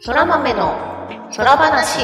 そら豆の空話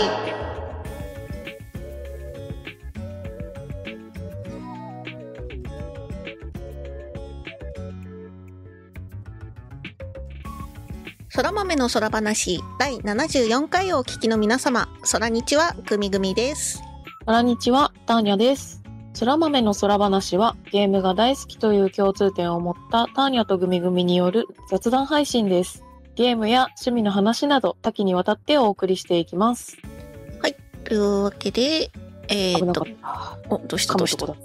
そら豆の空話第74回をお聞きの皆様空日はぐみぐみですこんにちは、ターニャです。そら豆の空話はゲームが大好きという共通点を持ったターニャとグミグミによる雑談配信です。ゲームや趣味の話など多岐にわたってお送りしていきます。というわけでえ危ー、っなかとった。おどうしたど噛むうしとたこ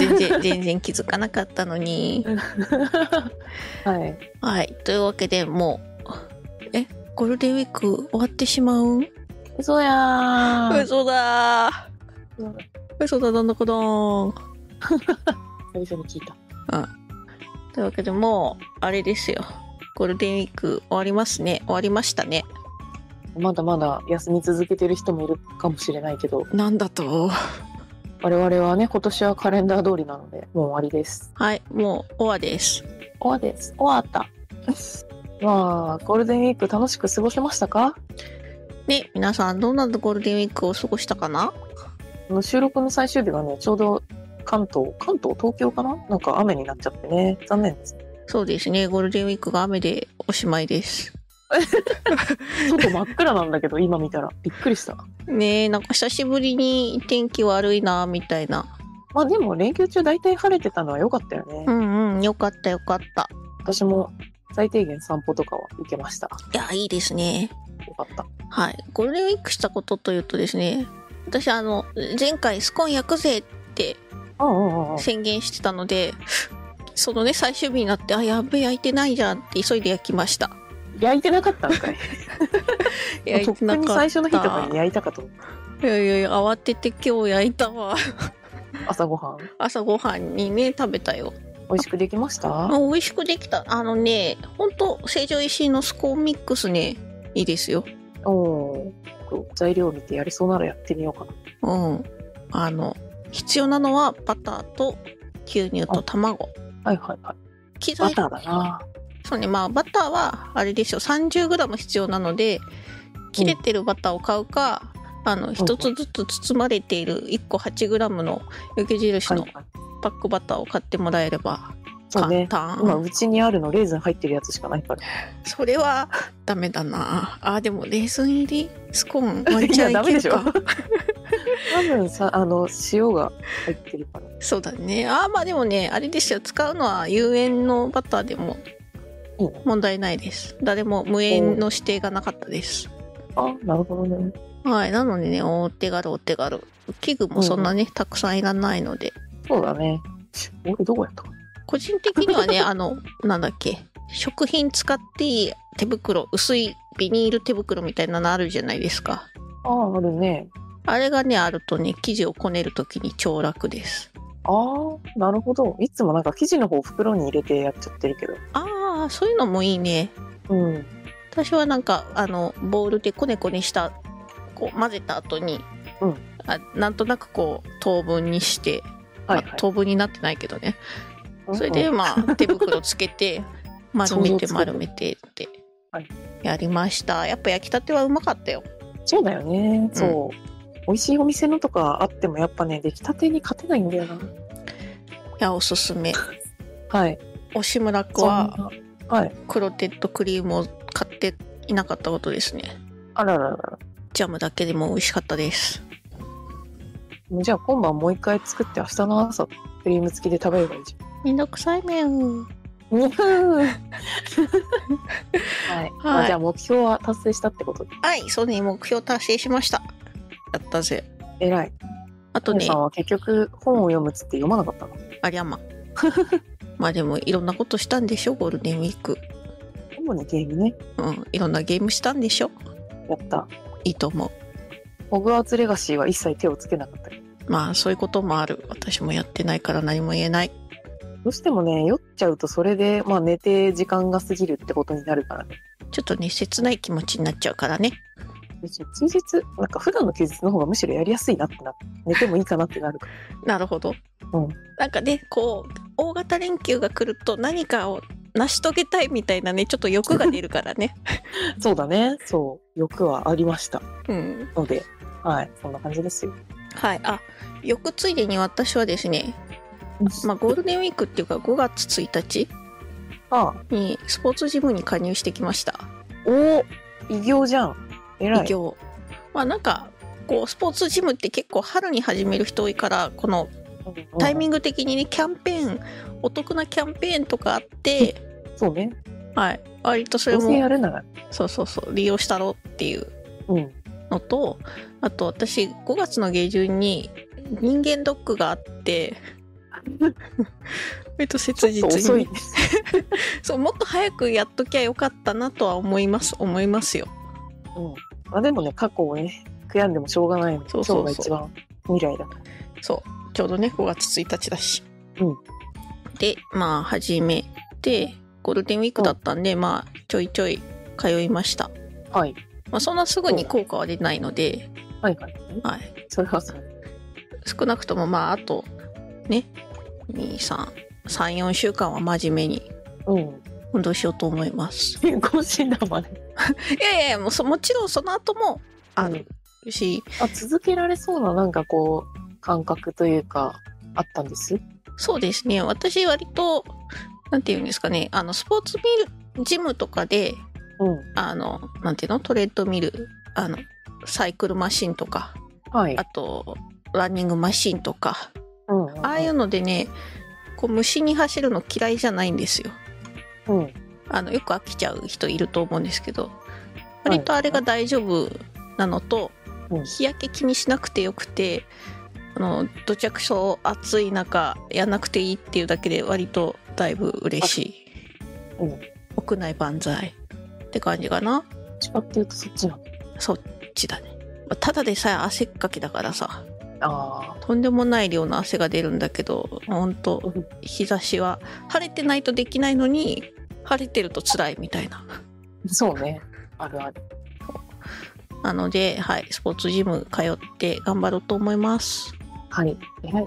全然全然気づかなかったのにだ。はい。はいというわけでもうえゴールデンウィーク終わってしまうん嘘やー。嘘だーうん嘘だどんどこどーん久々に聞いた。というわけでもうあれですよゴールデンウィーク終わりますね終わりましたねまだまだ休み続けてる人もいるかもしれないけど、なんだと我々はね、今年はカレンダー通りなので、もう終わりです。はいもう終わです終わです。終わった。 まあ、ゴールデンウィーク楽しく過ごせましたかね皆さんどんなゴールデンウィークを過ごしたかなあの収録の最終日がね、ちょうど関東、関東、東京かななんか雨になっちゃってね、残念です。そうですねゴールデンウィークが雨でおしまいです外真っ暗なんだけ ど、今見たら。びっくりした。ねえなんか久しぶりに天気悪いなみたいなまあでも、連休中大体晴れてたのは良かったよねう。んうんよかったよかった私も最低限散歩とかは行けました。いやいいですねよかった。はい、ゴールデンウィークしたことというとですね私あの前回「スコン焼くぜ」ってうんうんうん。宣言してたのでそのね最終日になって「あやべえ焼いてないじゃん」って急いで焼きました焼いてなかったん かい。とっくに最初の日とかに焼いたかと思った。いやいやいや慌てて今日焼いたわ朝ごはん。美朝ごはんにね食べたよ味しくできましたあ美味しくできたあのねほんと成城石井のスコーンミックスねいいですよおおー材料見てやりそうならやってみようかなうんあの必要なのはバターと牛乳と卵はいはいはい機材バターだなそうね、まあバターはあれでしょ 30g 必要なので切れてるバターを買うか、あの一つずつ包まれている1個 8g の雪印はいのはいパックバターを買ってもらえればそう簡ね単、今うちにあるのレーズン入ってるやつしかないからそれはダメだなあーでもレーズン入りスコーンワンチャいやンダメいけでしるょか多分さあの塩が入ってるからそうだねあーまあでもねあれですよ使うのは有塩のバターでもいいね問題ないです誰も無塩の指定がなかったですあなるほどねはい、なのでね、お手軽お手軽。器具もそんなね、たくさんいらないので。そうだね俺どこやったかな個人的には ね、あの、なんだっけ、食品使っていい手袋、薄いビニール手袋みたいなのあるじゃないですか。あああるねあれがね、あるとね、生地をこねるときに超楽です。ああなるほどいつもなんか生地の方袋に入れてやっちゃってるけどああ、そういうのもいいね。うん私はなんか、あの、ボウルでこねこねした、こう混ぜた後に、うんあなんとなくこう、等分にして、はいはいまあ、等分になってないけどね。うんうんそれでまあ手袋つけ て丸めて想像つく丸めてってはいやりましたやっぱ焼きたてはうまかったよそうだよねそう、美味しいお店のとかあってもやっぱね出来たてに勝てないんだよないやおすすめはい押村区はは、はい。クロテッドクリームを買っていなかったことですねあらららら。ジャムだけでも美味しかったですじゃあ今晩もう一回作って明日の朝、クリーム付きで食べればいいじめんどくさいねんゃん。はい。まあじゃあ目標は達成したってことで。はいそうね目標達成しましたやったぜ偉い。あとトニーねさんは結局本を読むっつって読まなかったの。ありゃままあでもいろんなことしたんでしょゴールデンウィーク主にゲームね。うんいろんなゲームしたんでしょやった。いいと思うホグワーツレガシーは一切手をつけなかったけど。まあそういうこともある私もやってないから何も言えないどうしてもね、酔っちゃうとそれで、まあ寝て時間が過ぎるってことになるからね。ちょっとね切ない気持ちになっちゃうからね休日、なんか普段の休日の方がむしろやりやすいなってなって、寝てもいいかなってなるから。なるほど、うんなんかねこう大型連休が来ると何かを成し遂げたいみたいなねちょっと欲が出るから ねそうだね。そう。欲はありました。うんので、はい。そんな感じですよ。はいあ欲ついでに私はですね、まあ、ゴールデンウィークっていうか5月1日ああ、にスポーツジムに加入してきましたお異業じゃん。偉偉い。業、まあなんかこうスポーツジムって結構春に始める人多いからこのタイミンング的にねキャンペーンお得なキャンペーンとかあって、グ。そうね。はい、割とそどれうせやもるなら。そうそうそう利用したろうっていううん。のとあと私5月の下旬に人間ドックがあって えっとち切ょっと実遅 いに。そうもっと早くやっときゃよかったなとは思います思いますようん。まあでもね、過去をね、悔やんでもしょうがないのでそうそうそう今日が一番未来だかそうちょうどね5月1日だし、うんでまあ始めてゴールデンウィークだったんで、まあちょいちょい通いました、ら。はい。まあ、そんなすぐに効果は出ないので、はいはい。はい、それはそう。少なくともまああとね2334週間は真面目にうん。運動しようと思い ます健康診断まで。いやいやいやもうそもちろんその後もあるし、あ、続けられそうな、なんかこう、感覚というか、あったんです。そうですね私割となんていうんですかねあのスポーツビルジムとかでうん。あのなんていうのトレッドミルあのサイクルマシンとかはいあ。とランニングマシンとかうんうんうんああいうのでねこう虫に走るの嫌いじゃないんですようん。あのよく飽きちゃう人いると思うんですけど割とあれが大丈夫なのと、うん日焼け気にしなくてよくてあの土着症暑い中やんなくていいっていうだけで割とだいぶ嬉しい、うん屋内万歳って感じかな違って言うとそっちなの。そっちだねただでさえ汗っかきだからさあとんでもない量の汗が出るんだけどほんとうん日差しは晴れてないとできないのに晴れてると辛いみたいなあ、そうね。あるある。なので、はい、スポーツジム通って頑張ろうと思います。はい。偉い。はい、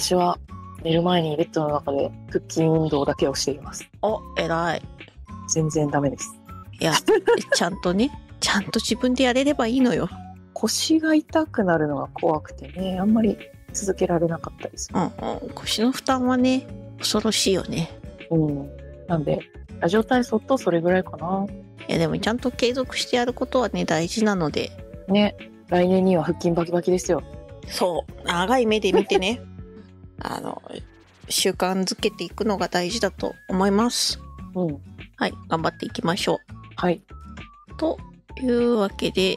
私は寝る前にベッドの中で腹筋運動だけをしています。お、偉い。全然ダメです。いや、ちゃんとね、 ちゃんと自分でやれればいいのよ。腰が痛くなるのが怖くてね、あんまり続けられなかったです。うんうん、腰の負担はね、恐ろしいよね。うん。なんで、ラジオ体操とそれぐらいかな。いや、でもちゃんと継続してやることはね、大事なので。ね。来年には腹筋バキバキですよ。そう、長い目で見てね、 あの、習慣づけていくのが大事だと思います。うん。はい、頑張っていきましょう。はい。というわけで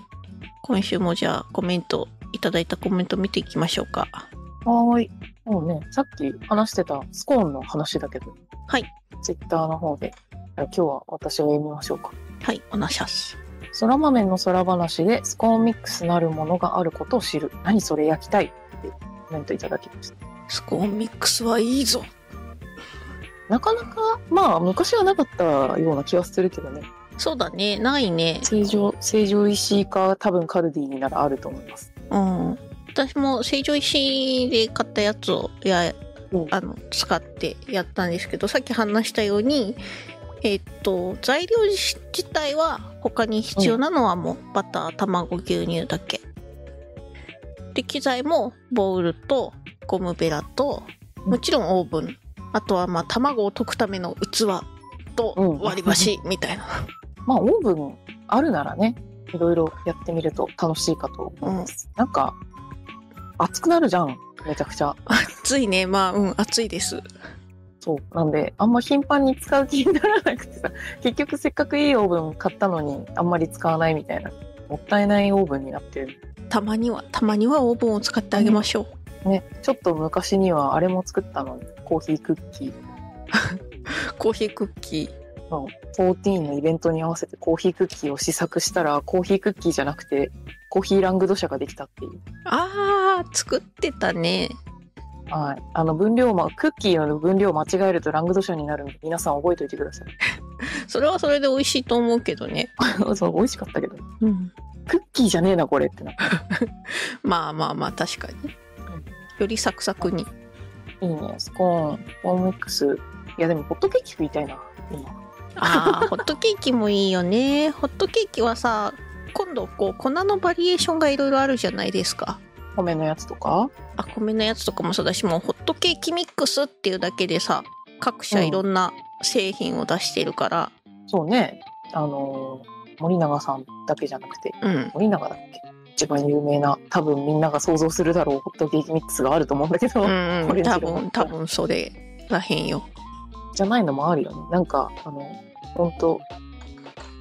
今週もじゃあコメントいただいたコメント見ていきましょうかはーい。もうね、さっき話してたスコーンの話だけど。はい。ツイッターの方で。今日は私が読みましょうか。はいおなしゃすそら豆の空話でスコーンミックスなるものがあることを知る。何それ焼きたいってコメントいただきました。スコーンミックスはいいぞなかなか、まあ昔はなかったような気はするけどね。そうだねないね成城、成城石井か多分カルディにならあると思います。うん私も成城石井で買ったやつをやうんあの使ってやったんですけどさっき話したようにえっと材料自体は他に必要なのはもうバター卵牛乳だけで機材もボウルとゴムベラとうんもちろんオーブンあとはまあ卵を溶くための器とうん割り箸みたいな、まあオーブンあるならね、いろいろやってみると楽しいかと思います。なんか、熱くなるじゃん。めちゃくちゃ。暑いねまあうん暑いですそう。なんで、あんま頻繁に使う気にならなくてさ、結局せっかくいいオーブン買ったのに、あんまり使わないみたいな。もったいないオーブンになってる。たまにはたまにはオーブンを使ってあげましょう、ね、ちょっと昔にはあれも作ったのにコーヒークッキーコーヒークッキーの14のイベントに合わせてコーヒークッキーを試作したらコーヒークッキーじゃなくてコーヒーラングド社ができたっていう、あー作ってたねはい、あの分量もクッキーの分量間違えるとラングド社になるんで皆さん覚えておいてください それはそれで美味しいと思うけどね、そう美味しかったけどクッキーじゃねえなこれってなまあまあまあ確かによりサクサクにいいねスコーンスコーンミックスいやでもホットケーキ食いたいなああホットケーキもいいよねホットケーキはさ今度こう粉のバリエーションがいろいろあるじゃないですか米のやつとかあ米のやつとかもそうだしもうホットケーキミックスっていうだけでさ各社いろんな製品を出してるからそうねあのー森永さんだけじゃなくてうん森永だっけ一番有名な多分みんなが想像するだろうホットケーキミックスがあると思うんだけど、うん、こうん、れ多分多分それらへんよじゃないのもあるよねなんかあの本当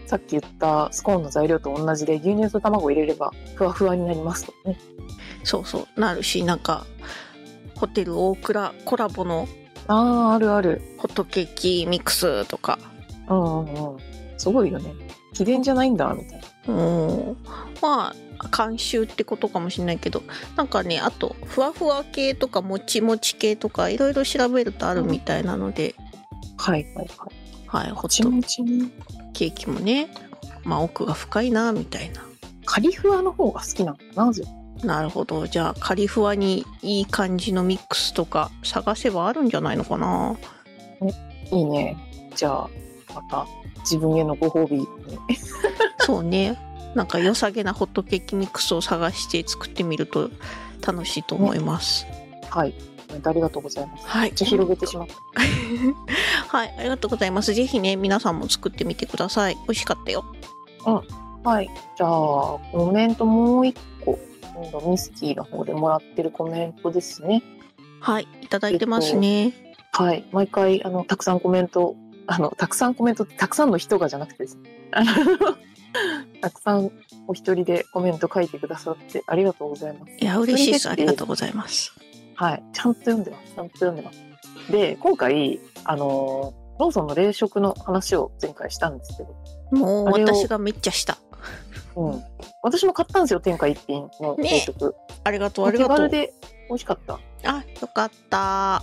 さっき言ったスコーンの材料と同じで牛乳と卵を入れればふわふわになりますとかねそうそうなるしなんかホテル大倉コラボのあああるあるホットケーキミックスとかうんうんうんすごいよね秘伝じゃないんだみたいなうんまあ監修ってことかもしれないけどなんかねあとふわふわ系とかもちもち系とかいろいろ調べるとあるみたいなので、はいはいはいはいホもッちトもちにケーキもねまあ奥が深いなみたいなカリフワの方が好きなのかなぜなるほどじゃあカリフワにいい感じのミックスとか探せばあるんじゃないのかないいねじゃあまた自分へのご褒美にそうねなんか良さげなホットケーキミックスを探して作ってみると楽しいと思います、はいコメントありがとうございますはいめっちゃ広げてしまったはい、ありがとうございます。ぜひね、皆さんも作ってみてください。美味しかったよ。はい。じゃあ、コメントもう一個。今度、ミスキーの方でもらってるコメントですね。はい、いただいてますね。はい。毎回、あの、たくさんコメント、あの、たくさんコメントって、たくさんの人がじゃなくてですね。あの たくさんお一人でコメント書いてくださってありがとうございます。いや、嬉しいです。そあれりでがとうございます。はい。ちゃんと読んでます。ちゃんと読んでます。で、今回、あの、ローソンの冷食の話を前回したんですけど、もうあれを私がめっちゃした。うん。私も買ったんですよ、天下一品の冷食。ありがとう、あおり手がと軽う。で美味しかった。あ、よかった。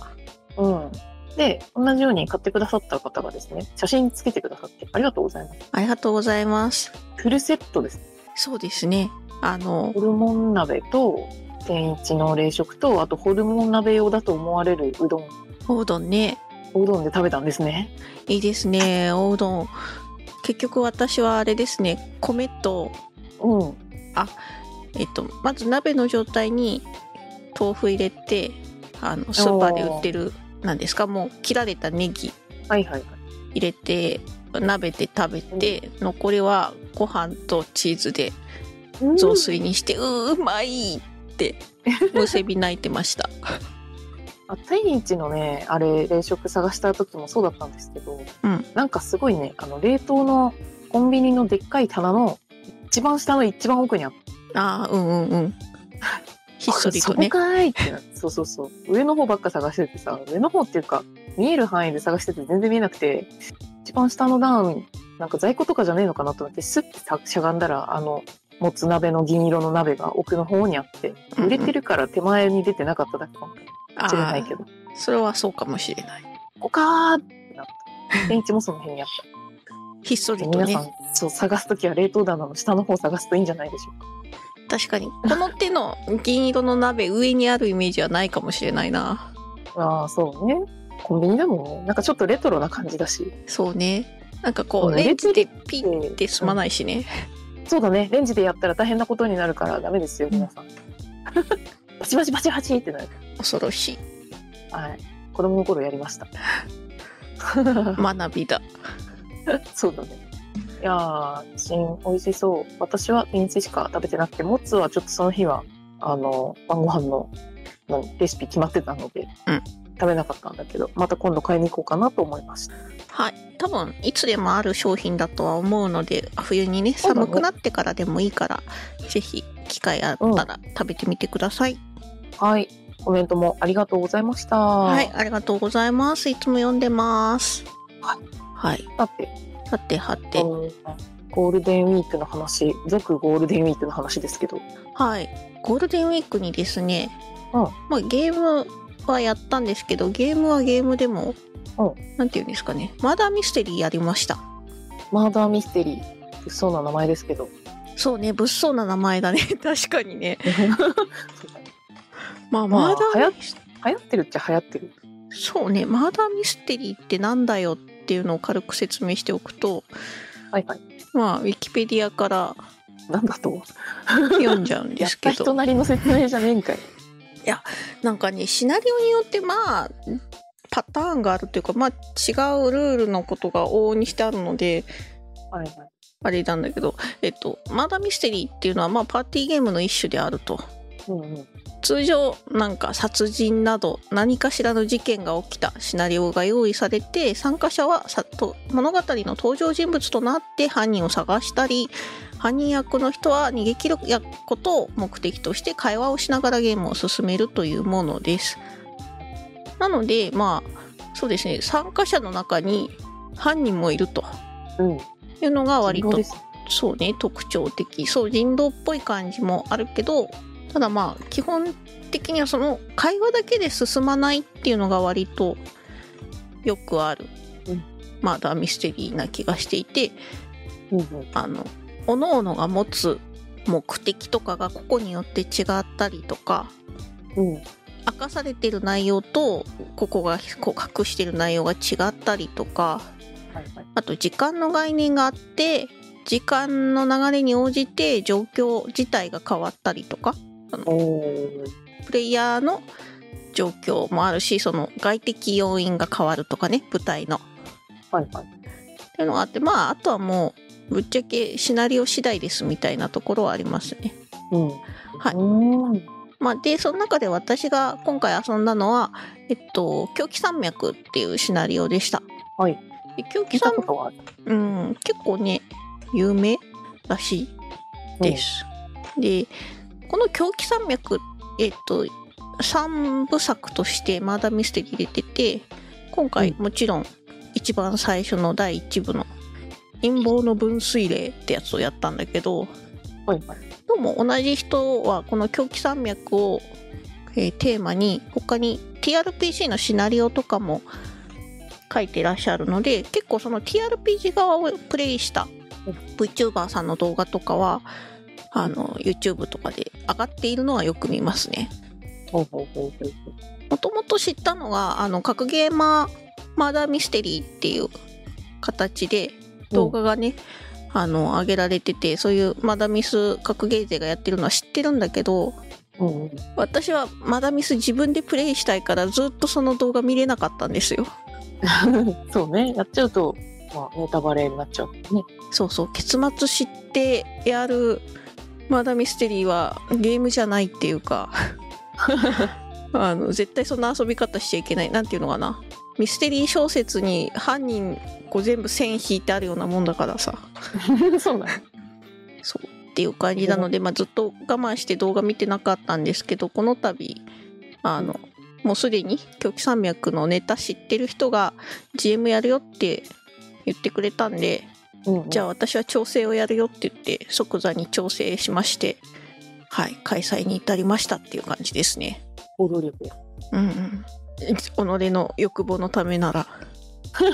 うん。で、同じように買ってくださった方がですね、写真つけてくださってありがとうございます。ありがとうございます。フルセットです。そうですね。あの、ホルモン鍋と、天一の冷食と、あとホルモン鍋用だと思われるうどん。おうどんね、おうどんで食べたんですね。いいですね。おうどん。結局私はあれですね、米と、うん。えっと、まず鍋の状態に豆腐入れて、あの、スーパーで売ってる、なんですか、もう切られたネギはいはいはい。入れて鍋で食べて、残りはご飯とチーズで雑炊にして、うーうまい ってむせび泣いてましたあ天一のねあれ冷食探した時もそうだったんですけど、うんなんかすごいねあの冷凍のコンビニのでっかい棚の一番下の一番奥にあっあーうんうんうんひっそりとそこねかーいっ てなそうそうそう上の方ばっか探しててさ上の方っていうか見える範囲で探してて全然見えなくて一番下の段なんか在庫とかじゃねえのかなと思ってスッてさしゃがんだらあのもつ鍋の銀色の鍋が奥の方にあってうんうん売れてるから手前に出てなかっただけかもあしれないけーどこそれはそうかもしれないこかーってなった天一もその辺にあっひっそたりと皆さねんそう探す時は冷凍棚の下の方探すといいんじゃないでしょうか確かにこの手の銀色の鍋上にあるイメージはないかもしれないなああそうねコンビニだもんねなんかちょっとレトロな感じだしそうねなんかこううんレンジでレピンって済まないしね、そうだね、レンジでやったら大変なことになるからダメですよ、皆さん。 バチバチバチバチってなる。恐ろしいはい。子供の頃やりました。 ま学びだそうだね。いやー、新美味しそう。私はピンチしか食べてなくて、もつはちょっとその日は、あの、晩ご飯ののレシピ決まってたので、うん食べなかったんだけど、また今度買いに行こうかなと思いました。はい、多分いつでもある商品だとは思うので冬にねそうだね寒くなってからでもいいから、ぜひ機会あったら食べてみてください、はい。コメントもありがとうございました。ははい。ありがとうございますいつも読んでますはい、はい、だって、さてはて、うんゴールデンウィークの話続ゴールデンウィークの話ですけどはいゴールデンウィークにですね、うんまあ、ゲームはやったんですけどゲームはゲームでも、うんなんていうんですかねマーダーミステリーやりましたマーダーミステリー物騒な名前ですけどそうね物騒な名前だね 確かにねそうだねまあまマあーダーミステリー流行ってるっちゃ流行ってるそうねマーダーミステリーってなんだよっっていうのを軽く説明しておくと、はいはい。まあ、ウィキペディアからなんだと。読んじゃうんで やっすたけ人ど、なりの説明じゃねえんかい。なんかね、シナリオによってまあ、パターンがあるというか、まあ、違うルールのことが往々にしてあるので、はいはい。あれなんだけど、えっと、マーダーミステリーっていうのは、まあ、パーティーゲームの一種であると。うんうん。通常なんか殺人など何かしらの事件が起きたシナリオが用意されて参加者はさと物語の登場人物となって犯人を探したり犯人役の人は逃げ切ることを目的として会話をしながらゲームを進めるというものです。なのでまあそうですね参加者の中に犯人もいるとうん。いうのが割人狼とですそうね特徴的そう人道っぽい感じもあるけどただまあ基本的にはその会話だけで進まないっていうのが割とよくある、うんまあダーミステリーな気がしていてうんうん。あの各々が持つ目的とかが個々によって違ったりとかうん。明かされてる内容とここがこう隠してる内容が違ったりとかはいはい。あと時間の概念があって時間の流れに応じて状況自体が変わったりとかおお。プレイヤーの状況もあるしその外的要因が変わるとかね舞台の。っはいはい。ていうのがあってまああとはもうぶっちゃけシナリオ次第ですみたいなところはありますね。うん。はいうーん。まあ、でその中で私が今回遊んだのは「えっと、狂気山脈」っていうシナリオでした。はいで狂聞気いた山こ脈、とはあうる。ん、結構ね有名らしいです。でこの「狂気山脈」えっと3部作としてマーダーミステリー出てて今回うもちろん一番最初の第1部の「陰謀の分水嶺」ってやつをやったんだけどうん。はいはい。どうも同じ人はこの狂気山脈を、えーテーマに他に TRPG のシナリオとかも書いてらっしゃるので結構その TRPG 側をプレイした VTuber さんの動画とかはあの YouTube とかで上がっているのはよく見ますね。ほうほうほうほうほう。もともと知ったのがあの格ゲーマーマーダーミステリーっていう形で動画がね、あの上げられててそういうマダミス格ゲー勢がやってるのは知ってるんだけどうんうん。私はマダミス自分でプレイしたいからずっとその動画見れなかったんですよ そうね、やっちゃうと、まあ、ネタバレになっちゃうからね。そうそう結末知ってやるマダミステリーはゲームじゃないっていうか あの絶対そんな遊び方しちゃいけないなんていうのかなミステリー小説に犯人こう全部線引いてあるようなもんだからさ そうなの。そうっていう感じなので、まあ、ずっと我慢して動画見てなかったんですけどこの度あのもうすでに狂気山脈のネタ知ってる人が GM やるよって言ってくれたんでうんうん、じゃあ私は調整をやるよって言って即座に調整しましてはい開催に至りましたっていう感じですね。行動力や。うんうん己の欲望のためなら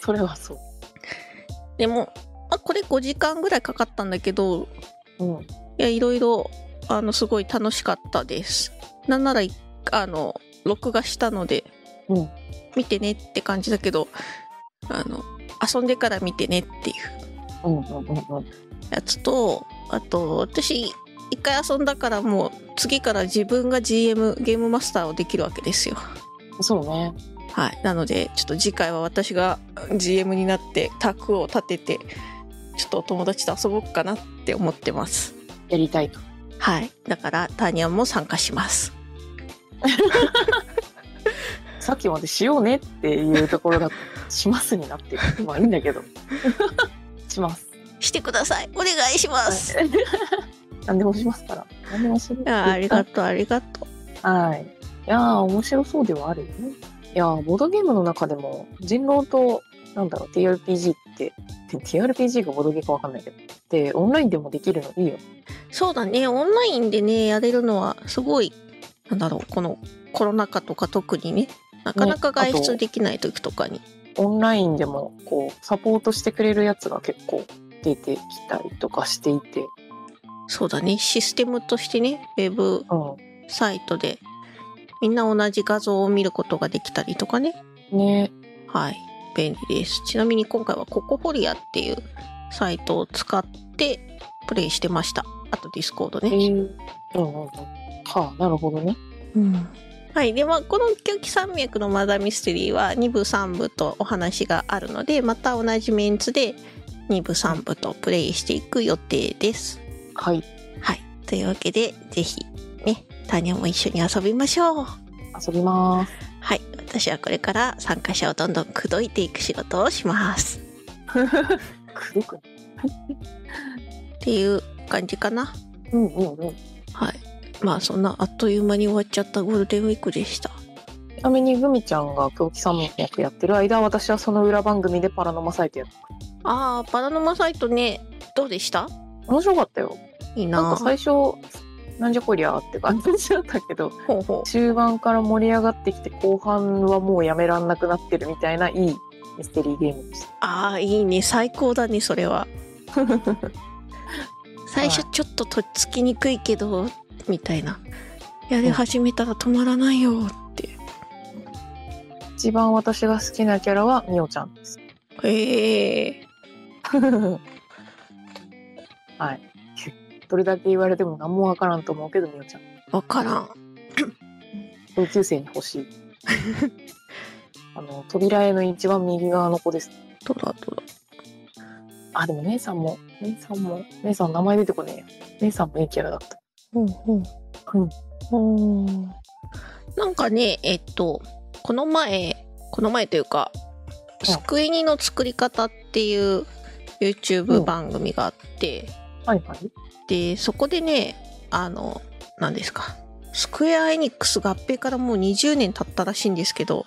それはそう。でも、まあ、これ5時間ぐらいかかったんだけどうん、いや、いろいろ、あの、すごい楽しかったです。なんなら、いあの、録画したので、うん見てねって感じだけど、あの、遊んでから見てねっていううん、うん、うん、うん。やつと、あと、私、一回遊んだからもう、次から自分が GM、ゲームマスターをできるわけですよ。そうね。はい。なので、ちょっと次回は私が GM になって、タクを立てて、ちょっとお友達と遊ぼうかなって思ってます。やりたいと。はい。だから、ターニャンも参加します。さっきまでしようねっていうところだと、しますになってる。 まあ、いいんだけど。します。してくださいお願いします、 何でもしますから。何でもする。あありがとうありがとはい。いやー、面白そうではあるよね。いやー、ボードゲームの中でも、人狼と、なんだろう、TRPG って、て TRPG がボードゲームかわかんないけど、で、オンラインでもできるのいいよ。うそうだねオンラインでねやれるのはすごいなんだろうこのコロナ禍とか特にねなかなかねあ外と出できない時とかに、オンラインでも、こう、サポートしてくれるやつが結構出てきたりとかしていて、そうだねシステムとしてねウェブうサイトでみんな同じ画像を見ることができたりとかねん。ね、はい便利ですちなみに今回はココフォリアっていうサイトを使ってプレイしてましたあとディスコードえね、ー、はあ、なるほどね。うんはいでまあこの「狂気山脈のマダーミステリー」は2部3部とお話があるのでまた同じメンツで2部3部とプレイしていく予定ですはい。はいというわけでぜひねターニャも一緒に遊びましょう遊びます。はい私はこれから参加者をどんどん口説いていく仕事をしますくどくない。っていう感じかなうんうんうん。ちはいまあそんなあっという間に終わっちゃったゴールデンウィークでしたなみに、グミちゃんが狂気三役やってる間、私はその裏番組でパラノマサイトやってあーパラノマサイトねどうでした面白かったよ。いいなんなか最初、なんじゃこりゃーって感じだったけど、ほうほ中盤から盛り上がってきて、後半はもうやめらんなくなってるみたいな、いいミステリーゲームでしああいいね最高だねそれはた。最初はちょっととっつきにくいけどみたいなやうりん始めたら止まらないよって一番私が好きなキャラは、みおちゃんです。へえはい。どれだけ言われても何もわからんと思うけど、みおちゃん。わからん同級生に欲しい。あの、扉絵の一番右側の子です。どらどらあ、でも姉さんも、姉さんも、姉さん名前出てこねえよ。姉さんもいいキャラだった。うんうんうん。おなんかねえっとこの前この前というか「んスクエニの作り方」っていう YouTube 番組があって、はいはい。でそこでねあの何ですかスクエア・エニックス合併からもう20年経ったらしいんですけど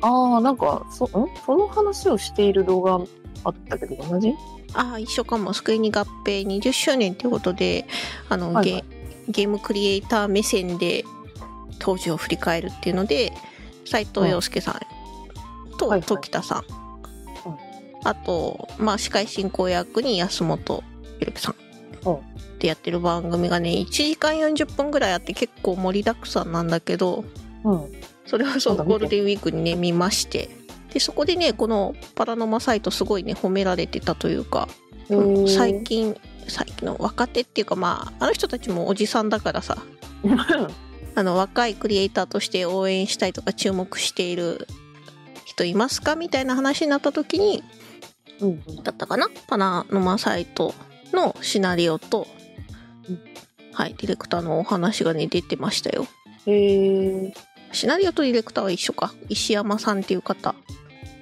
ああ、なんか、そ、んその話をしている動画あったけど、同じああ一緒かもスクエニ合併20周年ってことであの、はいはゲいゲームクリエイター目線で当時を振り返るっていうので斉藤洋介さんとはいはい時田さん、うんあと、まあ、司会進行役に安本ゆるきさんうんでやってる番組がね1時間40分ぐらいあって結構盛りだくさんなんだけど、うん。それはそそうだの見ゴてールデンウィークにね見ましてでそこでねこのパラノマサイトすごいね褒められてたというか、へー最近最近の若手っていうかまああの人たちもおじさんだからさあの若いクリエイターとして応援したいとか注目している人いますかみたいな話になった時に うん。だったかなパラノマサイトのシナリオと、うんはいディレクターのお話がね出てましたよへえ。シナリオとディレクターは一緒か石山さんっていう方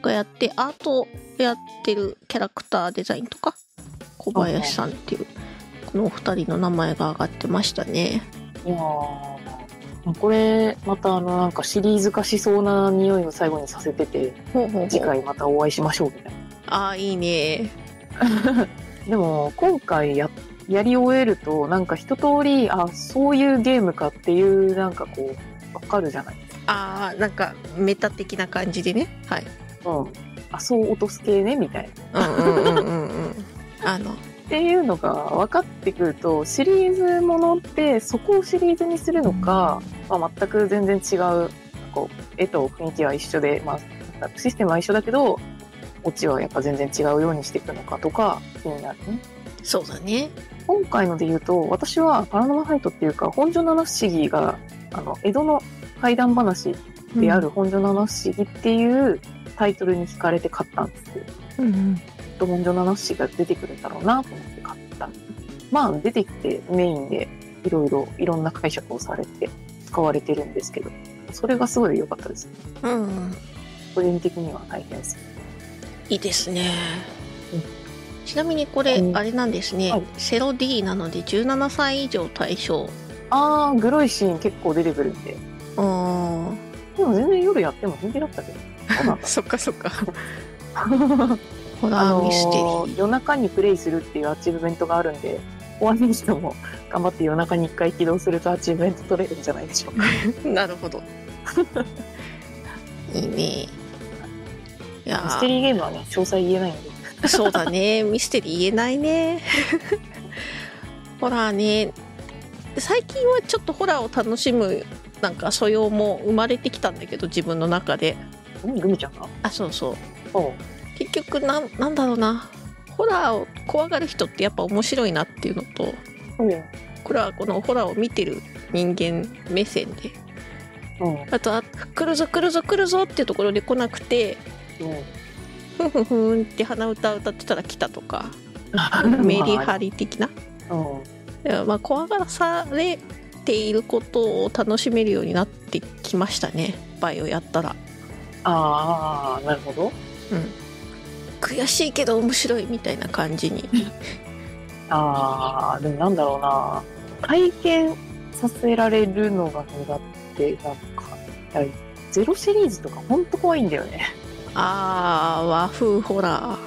がやってアートをやってるキャラクターデザインとか小林さんっていうこのお二人の名前が上がってましたねいやーこれ、またあの、なんかシリーズ化しそうな匂いを最後にさせてて、ほうほう次回またお会いしましょうみたいな。ああいいねでも今回ややり終えるとなんか一通りあそういうゲームかっていうなんかこうわかるじゃない、ああなんかメタ的な感じでねはいうん、あそう落とす系ねみたいなうんうんうんうんうんあのっていうのが分かってくるとシリーズものってそこをシリーズにするのか、まあ、全く全然違うこう絵と雰囲気は一緒で、まあ、なんかシステムは一緒だけどオチはやっぱ全然違うようにしていくのかとか気になるね。そうだね今回ので言うと私はパラノマハイトっていうか本所七不思議があの江戸の怪談話である本所七不思議っていうタイトルに惹かれて買ったんですけど、うんうん本所七不思議が出てくるんだろうなと思って買ったまあ出てきてメインでいろいろいろんな解釈をされて使われてるんですけどそれがすごい良かったですうんうん個人的には大変ですいいですねうん。ちなみにこれ、うんあれなんですね、はいセロ D なので17歳以上対象ああグロいシーン結構出てくるんでうーんでも全然夜やっても平気だったけどそっかそっ かホあラのーーミステリー、夜中にプレイするっていうアチーブメントがあるんで終わりにしても頑張って夜中に一回起動するとアチーブメント取れるんじゃないでしょうかなるほど いいねいやミステリーゲームはね詳細言えないんでーそうだねミステリー言えないね ホラーね最近はちょっとホラーを楽しむなんか素養も生まれてきたんだけど自分の中でうんグミちゃんがあそうそうそう結局なんなんだろうなホラーを怖がる人ってやっぱ面白いなっていうのとそうよこれはこのホラーを見てる人間目線でうんあとは来るぞ来るぞ来るぞっていうところで来なくてふんふんふんって鼻歌歌ってたら来たとかうん メリハリ的なうんだからまあ怖がらされていることを楽しめるようになってきましたねバイオやったら、ああなるほどうん、悔しいけど面白いみたいな感じ にああでもなんだろうな体験させられるのが苦手なんかいやゼロシリーズとかほんと怖いんだよねあー和風ホラ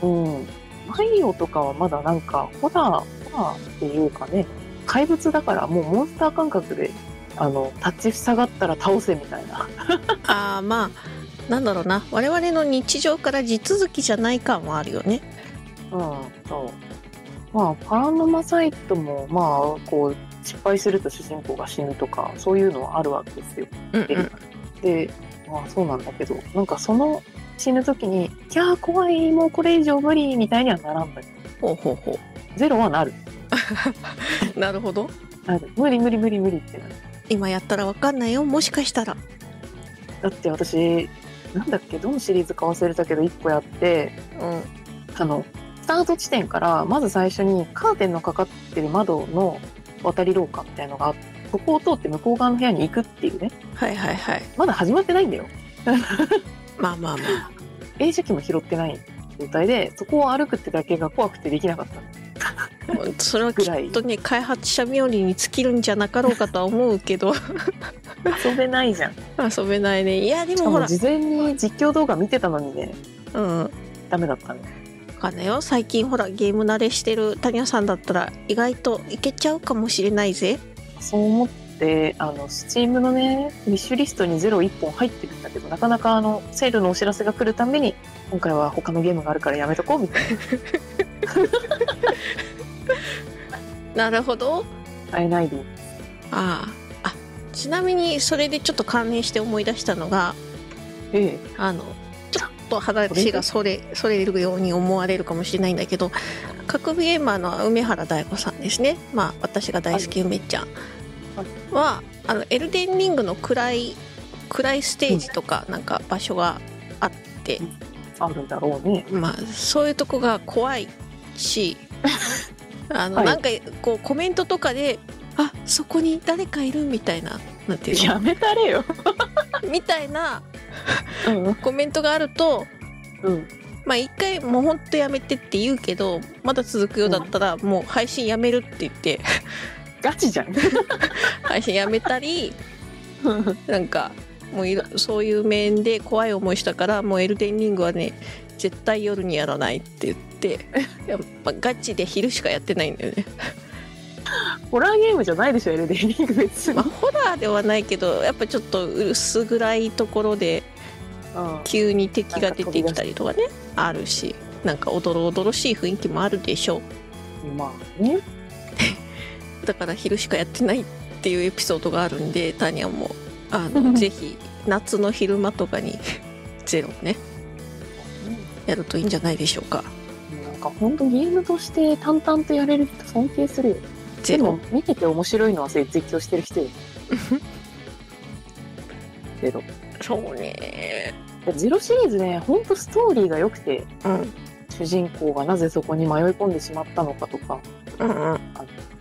ーうんマリオとかはまだなんかホラーホラーっていうかね怪物だからもうモンスター感覚であの立ち塞がったら倒せみたいなあーまあなんだろうな我々の日常から地続きじゃない感はあるよねうんそうまあパラノマサイトもまあこう失敗すると主人公が死ぬとかそういうのはあるわけですようんううんんでまあそうなんだけどなんかその死ぬ時に「いやー怖いもうこれ以上無理」みたいにはならんだよほうほうほゼロはなるうなるほどなる無理無理無理無理ってなる今やったらわかんないよもしかしたらだって私なんだっけどのシリーズか忘れたけど1個やってうんあのスタート地点からまず最初にカーテンのかかってる窓の渡り廊下みたいのがあってここを通って向こう側の部屋に行くっていうねはいはいはいまだ始まってないんだよまあまあまあ映写機も拾ってない状態でそこを歩くってだけが怖くてできなかった それはきっとね開発者冥利に尽きるんじゃなかろうかとは思うけど 遊べないじゃん遊べないねいやでしもかほもら事前に実況動画見てたのにねうんわダメだったねかんないよ最近ほらゲーム慣れしてる谷さんだったら意外といけちゃうかもしれないぜそう思ってあの Steam のねウィッシュリストにゼロ1本入ってるんだけどなかなかあのセールのお知らせが来るために今回は他のゲームがあるからやめとこうみたいななるほど会えないであああちなみにそれでちょっと関連して思い出したのがええあのちょっと話がそれそれるように思われるかもしれないんだけど格ゲーマーの梅原大子さんですねまあ私が大好き梅ちゃんはあのエルデンリングの暗い暗いステージとかなんか場所があって、あるんだろうねまあそういうとこが怖いしあの、はいなんかこうコメントとかで「あそこに誰かいる」みたいななんていうのやめたれよみたいなうんコメントがあるとうんまあ一回もうほんとやめてって言うけどまだ続くようだったらもう配信やめるって言って ガチじゃん配信やめたりなんかもういろそういう面で怖い思いしたからもうエルデンリングはね絶対夜にやらないって言ってやっぱガチで昼しかやってないんだよね、ホラーゲームじゃないでしょエルデンリング別に、まあ、ホラーではないけどやっぱちょっと薄暗いところでうん急に敵が出てきたりとかねあるしなんかおどろおどろしい雰囲気もあるでしょうまあねだから昼しかやってないっていうエピソードがあるんでタニアもあのぜひ夏の昼間とかにゼロねやるといいんじゃないでしょうかなんか本当ゲームとして淡々とやれる人尊敬するよゼロでも見てて面白いのはそういう実況してる人よゼロ そうねゼロシリーズねほんとストーリーが良くてうん主人公がなぜそこに迷い込んでしまったのかとかうんうん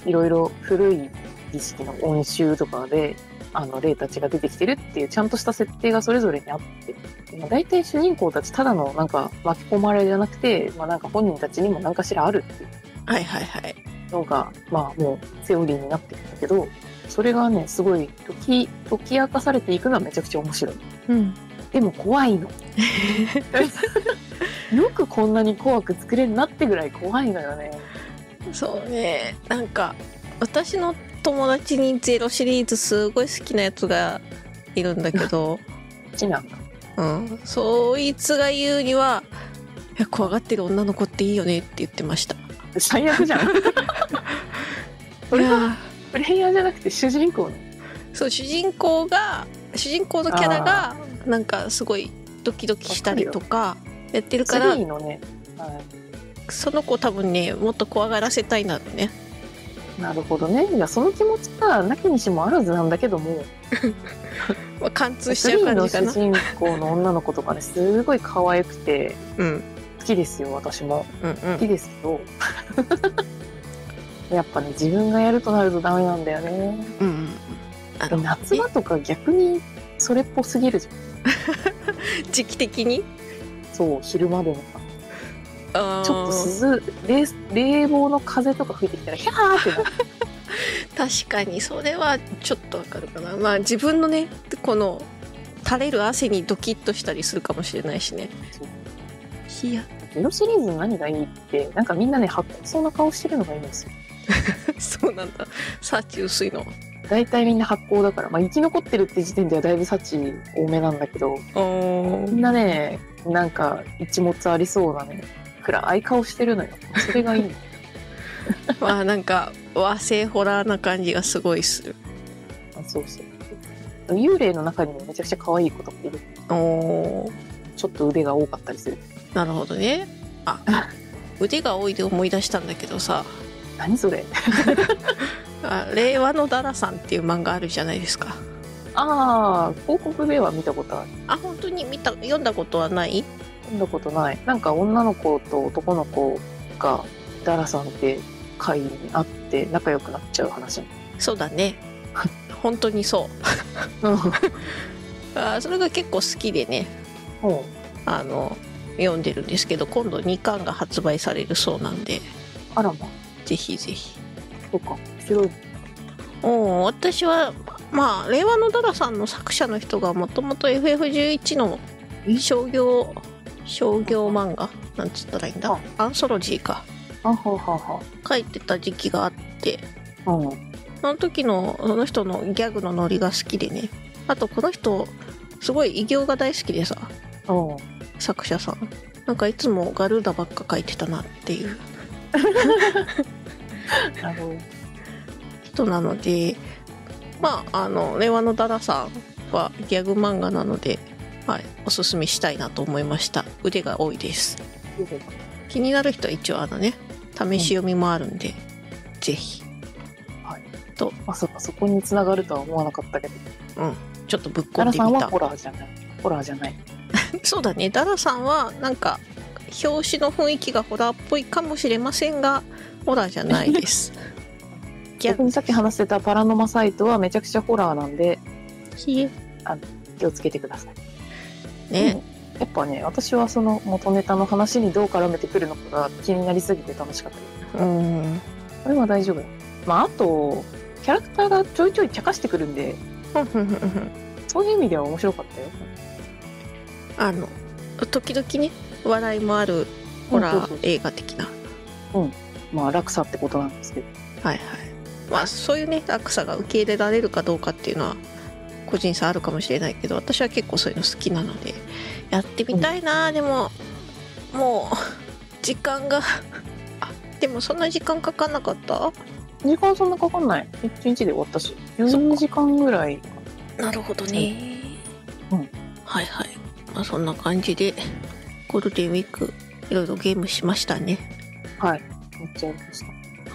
いろいろ古い儀式の恩習とかであの霊たちが出てきてるっていうちゃんとした設定がそれぞれにあって、まあ、大体主人公たちただのなんか巻き込まれじゃなくて、まあ、なんか本人たちにも何かしらあるっていうはいはいはいのが、まあ、もうセオリーになってるんだけどそれがねすごい解き解き明かされていくのはめちゃくちゃ面白いうんでも怖いのよくこんなに怖く作れるなってぐらい怖いのよねそうねなんか私の友達にゼロシリーズすごい好きなやつがいるんだけ ど、好きなんだうん、そいつが言うには「いや怖がってる女の子っていいよね」って言ってました。最悪じゃんいそれはやープレイヤーじゃなくて主人公ねそう主人公が主人公のキャラがなんかすごいドキドキしたりとかやってるから3のね、はその子多分ねもっと怖がらせたいんだろうねい、なるほどねいやその気持ちがなきにしもあらずなんだけどもまあ貫通しちゃう3感のじか主な人公の女の子とかねすごい可愛くてうんうん好きですよ私もうん好きですけど やっぱね自分がやるとなるとダメなんだよねうんうんあでの夏場とか逆にそれっぽすぎるじゃん時期的にそう昼間でもさちょちょっと涼冷房の風とか吹いてきたらヒャーってなる 確かにそれはちょっとわかるかなまあ自分のねこの垂れる汗にドキッとしたりするかもしれないしねそういやゼロシリーズの何がいいってなんかみんなね発酵そうな顔してるのがいいんですよそうなんだサーチ薄いの大体みんな発酵だから、まあ、生き残ってるって時点ではだいぶ幸多めなんだけどおみんなねなんか一物ありそうなね暗い顔してるのよそれがい いのまあなんか和製ホラーな感じがすごいするあそうそう幽霊の中にもめちゃくちゃ可愛い子とかいるおちょっと腕が多かったりするなるほどね あ腕が多いで思い出したんだけどさ何それあ令和のダラさんっていう漫画あるじゃないですかああ広告では見たことあるあ本当に見た読んだことはない読んだことないなんか女の子と男の子がダラさんって会に会って仲良くなっちゃう話そうだ ね本当にそう うんあーそれが結構好きでねもあの読んでるんですけど今度2巻が発売されるそうなんでうあらまぜひぜひそうか白いお私はまあ令和のダラさんの作者の人がもともと FF11 の商業商業漫画なんつったらいいんだあアンソロジーかあははは書いてた時期があってはうんその時のその人のギャグのノリが好きでねあとこの人すごい偉業が大好きでさうん作者さんなんかいつもガルーダばっか書いてたなっていうなるほど人なのでまああの令和のダダさんはギャグ漫画なので、はい、おすすめしたいなと思いました腕が多いです幽霊気になる人は一応あのね試し読みもあるんで、ぜひまさかそこに繋がるとは思わなかったけどちょっとぶっ込んダラでさんみはたホラーじゃないホラーじゃないそうだねダダさんはなんか表紙の雰囲気がホラーっぽいかもしれませんがホラーじゃないです ギャ逆グにさっき話してたパラノマサイトはめちゃくちゃホラーなんでひ気をつけてくださいえね、やっぱね私はその元ネタの話にどう絡めてくるのかが気になりすぎて楽しかったですうんこれは大丈夫まああとキャラクターがちょいちょい茶化してくるんでふんふんふんふんそういう意味では面白かったよあの時々ね笑いもあるホうんラそうそうー映画的な、まあ落差ってことなんですけどはいはいまあそういうね落差が受け入れられるかどうかっていうのは個人差あるかもしれないけど私は結構そういうの好きなのでやってみたいな、でももう時間があでもそんな時間かかんなかった時間そんなかかんない1日で終わったしそっ12か時間ぐらいなるほどね、うんはいはいまあそんな感じでゴールデンウィークいろいろゲームしましたねめっちゃやりました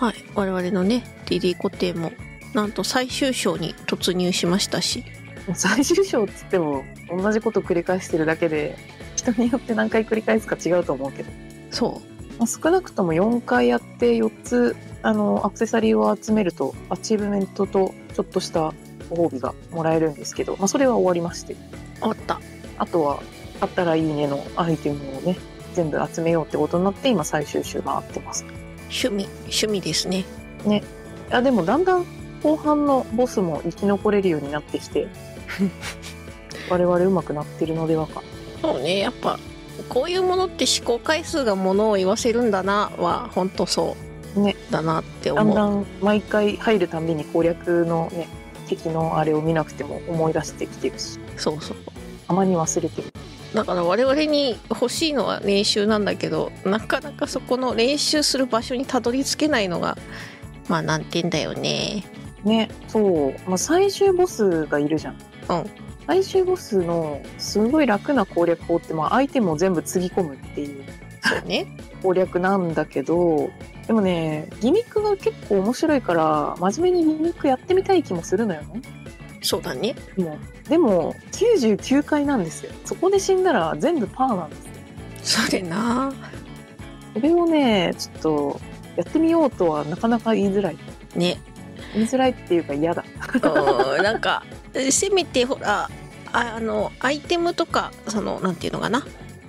はい、我々のね DD 固定もなんと最終章に突入しましたしもう最終章っつっても同じこと繰り返してるだけで人によって何回繰り返すか違うと思うけど、そまあ、少なくとも4回やって4つあのアクセサリーを集めるとアチーブメントとちょっとしたご褒美がもらえるんですけど、まあ、それは終わりましてうあったあとは「あったらいいね」のアイテムをね全部集めようってことになって今最終週回ってます趣味趣味ですねあでもだんだん後半のボスも生き残れるようになってき て我々うまくなってるのではかそうねやっぱこういうものって試行回数がものを言わせるんだなは本当そう、ねだなってだん思だうん毎回入るたんびに攻略のね敵のあれを見なくても思い出してきてるしそうそうたまに忘れてるだから我々に欲しいのは練習なんだけどなかなかそこの練習する場所にたどり着けないのがまあ難点だよねねそう、まあ、最終ボスがいるじゃん、うん最終ボスのすごい楽な攻略法って、まあ、アイテムを全部つぎ込むっていうそうね。攻略なんだけどでもねギミックが結構面白いから真面目にギミックやってみたい気もするのよねそうだね。でもでも99回なんですよそこで死んだら全部パーなんですよそうでな。それをねちょっとやってみようとはなかなか言いづらいね。言いづらいっていうか嫌だうんなんかせめてほらああのアイテムとかそのなんていうのかな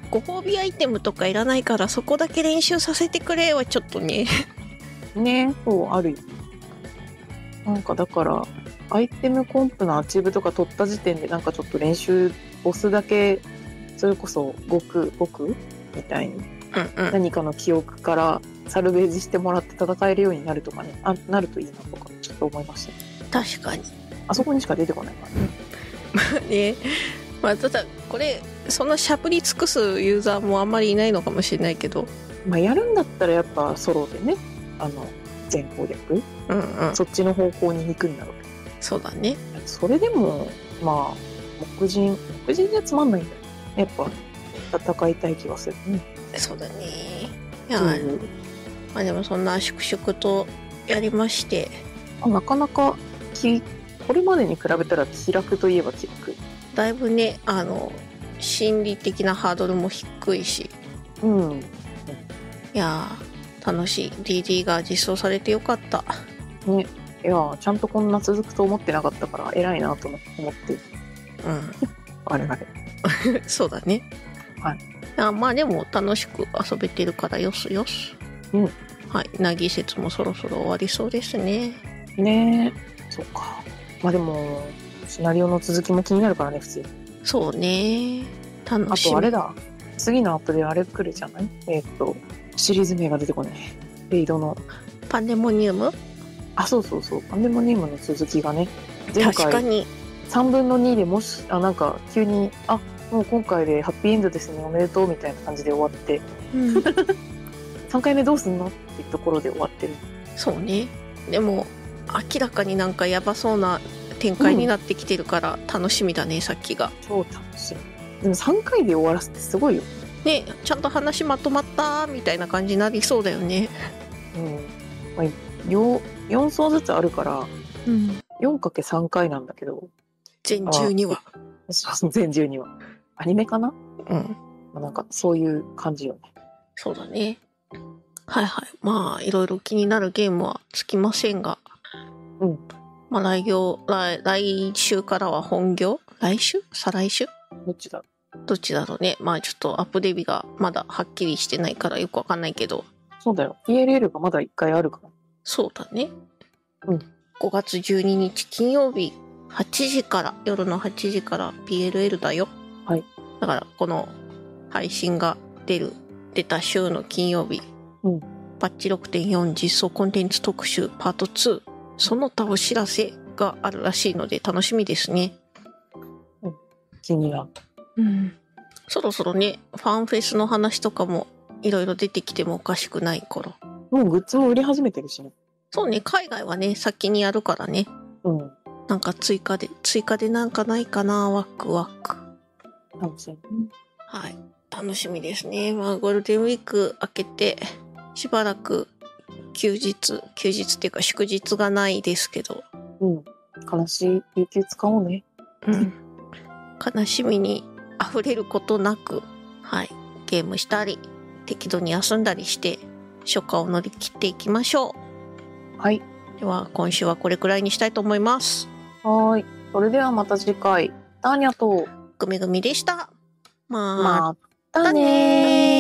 ご褒美アイテムとかいらないからそこだけ練習させてくれはちょっとねねそうあるよなんかだからアイテムコンプのアチーブとか取った時点でなんかちょっと練習ボスだけそれこそ極極みたいにうんうん何かの記憶からサルベージしてもらって戦えるようになるとかねあなるといいなとかちょっと思いました確かにあそこにしか出てこないから ねねまあただこれそんなしゃぶり尽くすユーザーもあんまりいないのかもしれないけどまあやるんだったらやっぱソロでねあの全攻略うんうんそそっちの方向に行くんだろうけうだねどそれでもまあ黙人黙人じゃつまんないんだよやっぱ戦いたい気がするねそうだねいや、うんまあでもそんな粛々とやりましてあなかなかきこれまでに比べたら気楽といえば気楽だいぶねあの心理的なハードルも低いしうんいやー楽しい DD が実装されてよかったいやーちゃんとこんな続くと思ってなかったから偉いなと思ってうあれあれん そうだねはいあまあでも楽しく遊べてるからよすよすうんはいなぎ説もそろそろ終わりそうですねねえそっかまあでもシナリオの続きも気になるからね普通そうね楽あしみとあれだ次のアップであれ来るじゃないえーっとシリーズ名が出てこないレイドのパンデモニウムあそうそうそうパンデモニウムの続きがね前確か回に3分の2でもしあなんか急にあもう今回でハッピーエンドですねおめでとうみたいな感じで終わって うん3回目どうすんのっていうところで終わってるそうねでも明らかになんかやばそうな展開になってきてるから楽しみだね、さっきが超楽しみでも3回で終わらすってすごいよねちゃんと話まとまったみたいな感じになりそうだよねうん、まあ、よ4層ずつあるからうん4かけ3回なんだけど 全12話全12話アニメかなうんまあなんかそういう感じよねそうだねはいはいまあいろいろ気になるゲームはつきませんがうんまあ来業来来週からは本業来週再来週どっちだどっちだろうねまあちょっとアップデビがまだはっきりしてないからよくわかんないけどそうだよ PLL がまだ1回あるからそうだね。うん5月12日金曜日8時から、夜の8時から PLL だよ。はい。だから、この配信が出る、出た週の金曜日。うんバッチ6.4実装コンテンツ特集パート2、その他お知らせがあるらしいので楽しみですね。気になるうん。そろそろね、ファンフェスの話とかもいろいろ出てきてもおかしくない頃。もうグッズを売り始めてるしねそうね、海外はね、先にやるからね。うんなんか追加で、追加でなんかないかな、ワクワク。楽しみはい。楽しみですね。まあ、ゴールデンウィーク明けて、しばらく休日、休日っていうか祝日がないですけど、うん悲しい有給使おうねうん。悲しみに溢れることなく、はい。ゲームしたり、適度に休んだりして、初夏を乗り切っていきましょはい。う。では、今週はこれくらいにしたいと思います。はーい。それではまた次回。ターニャと、ぐみぐみでした。まあ、またねまたねー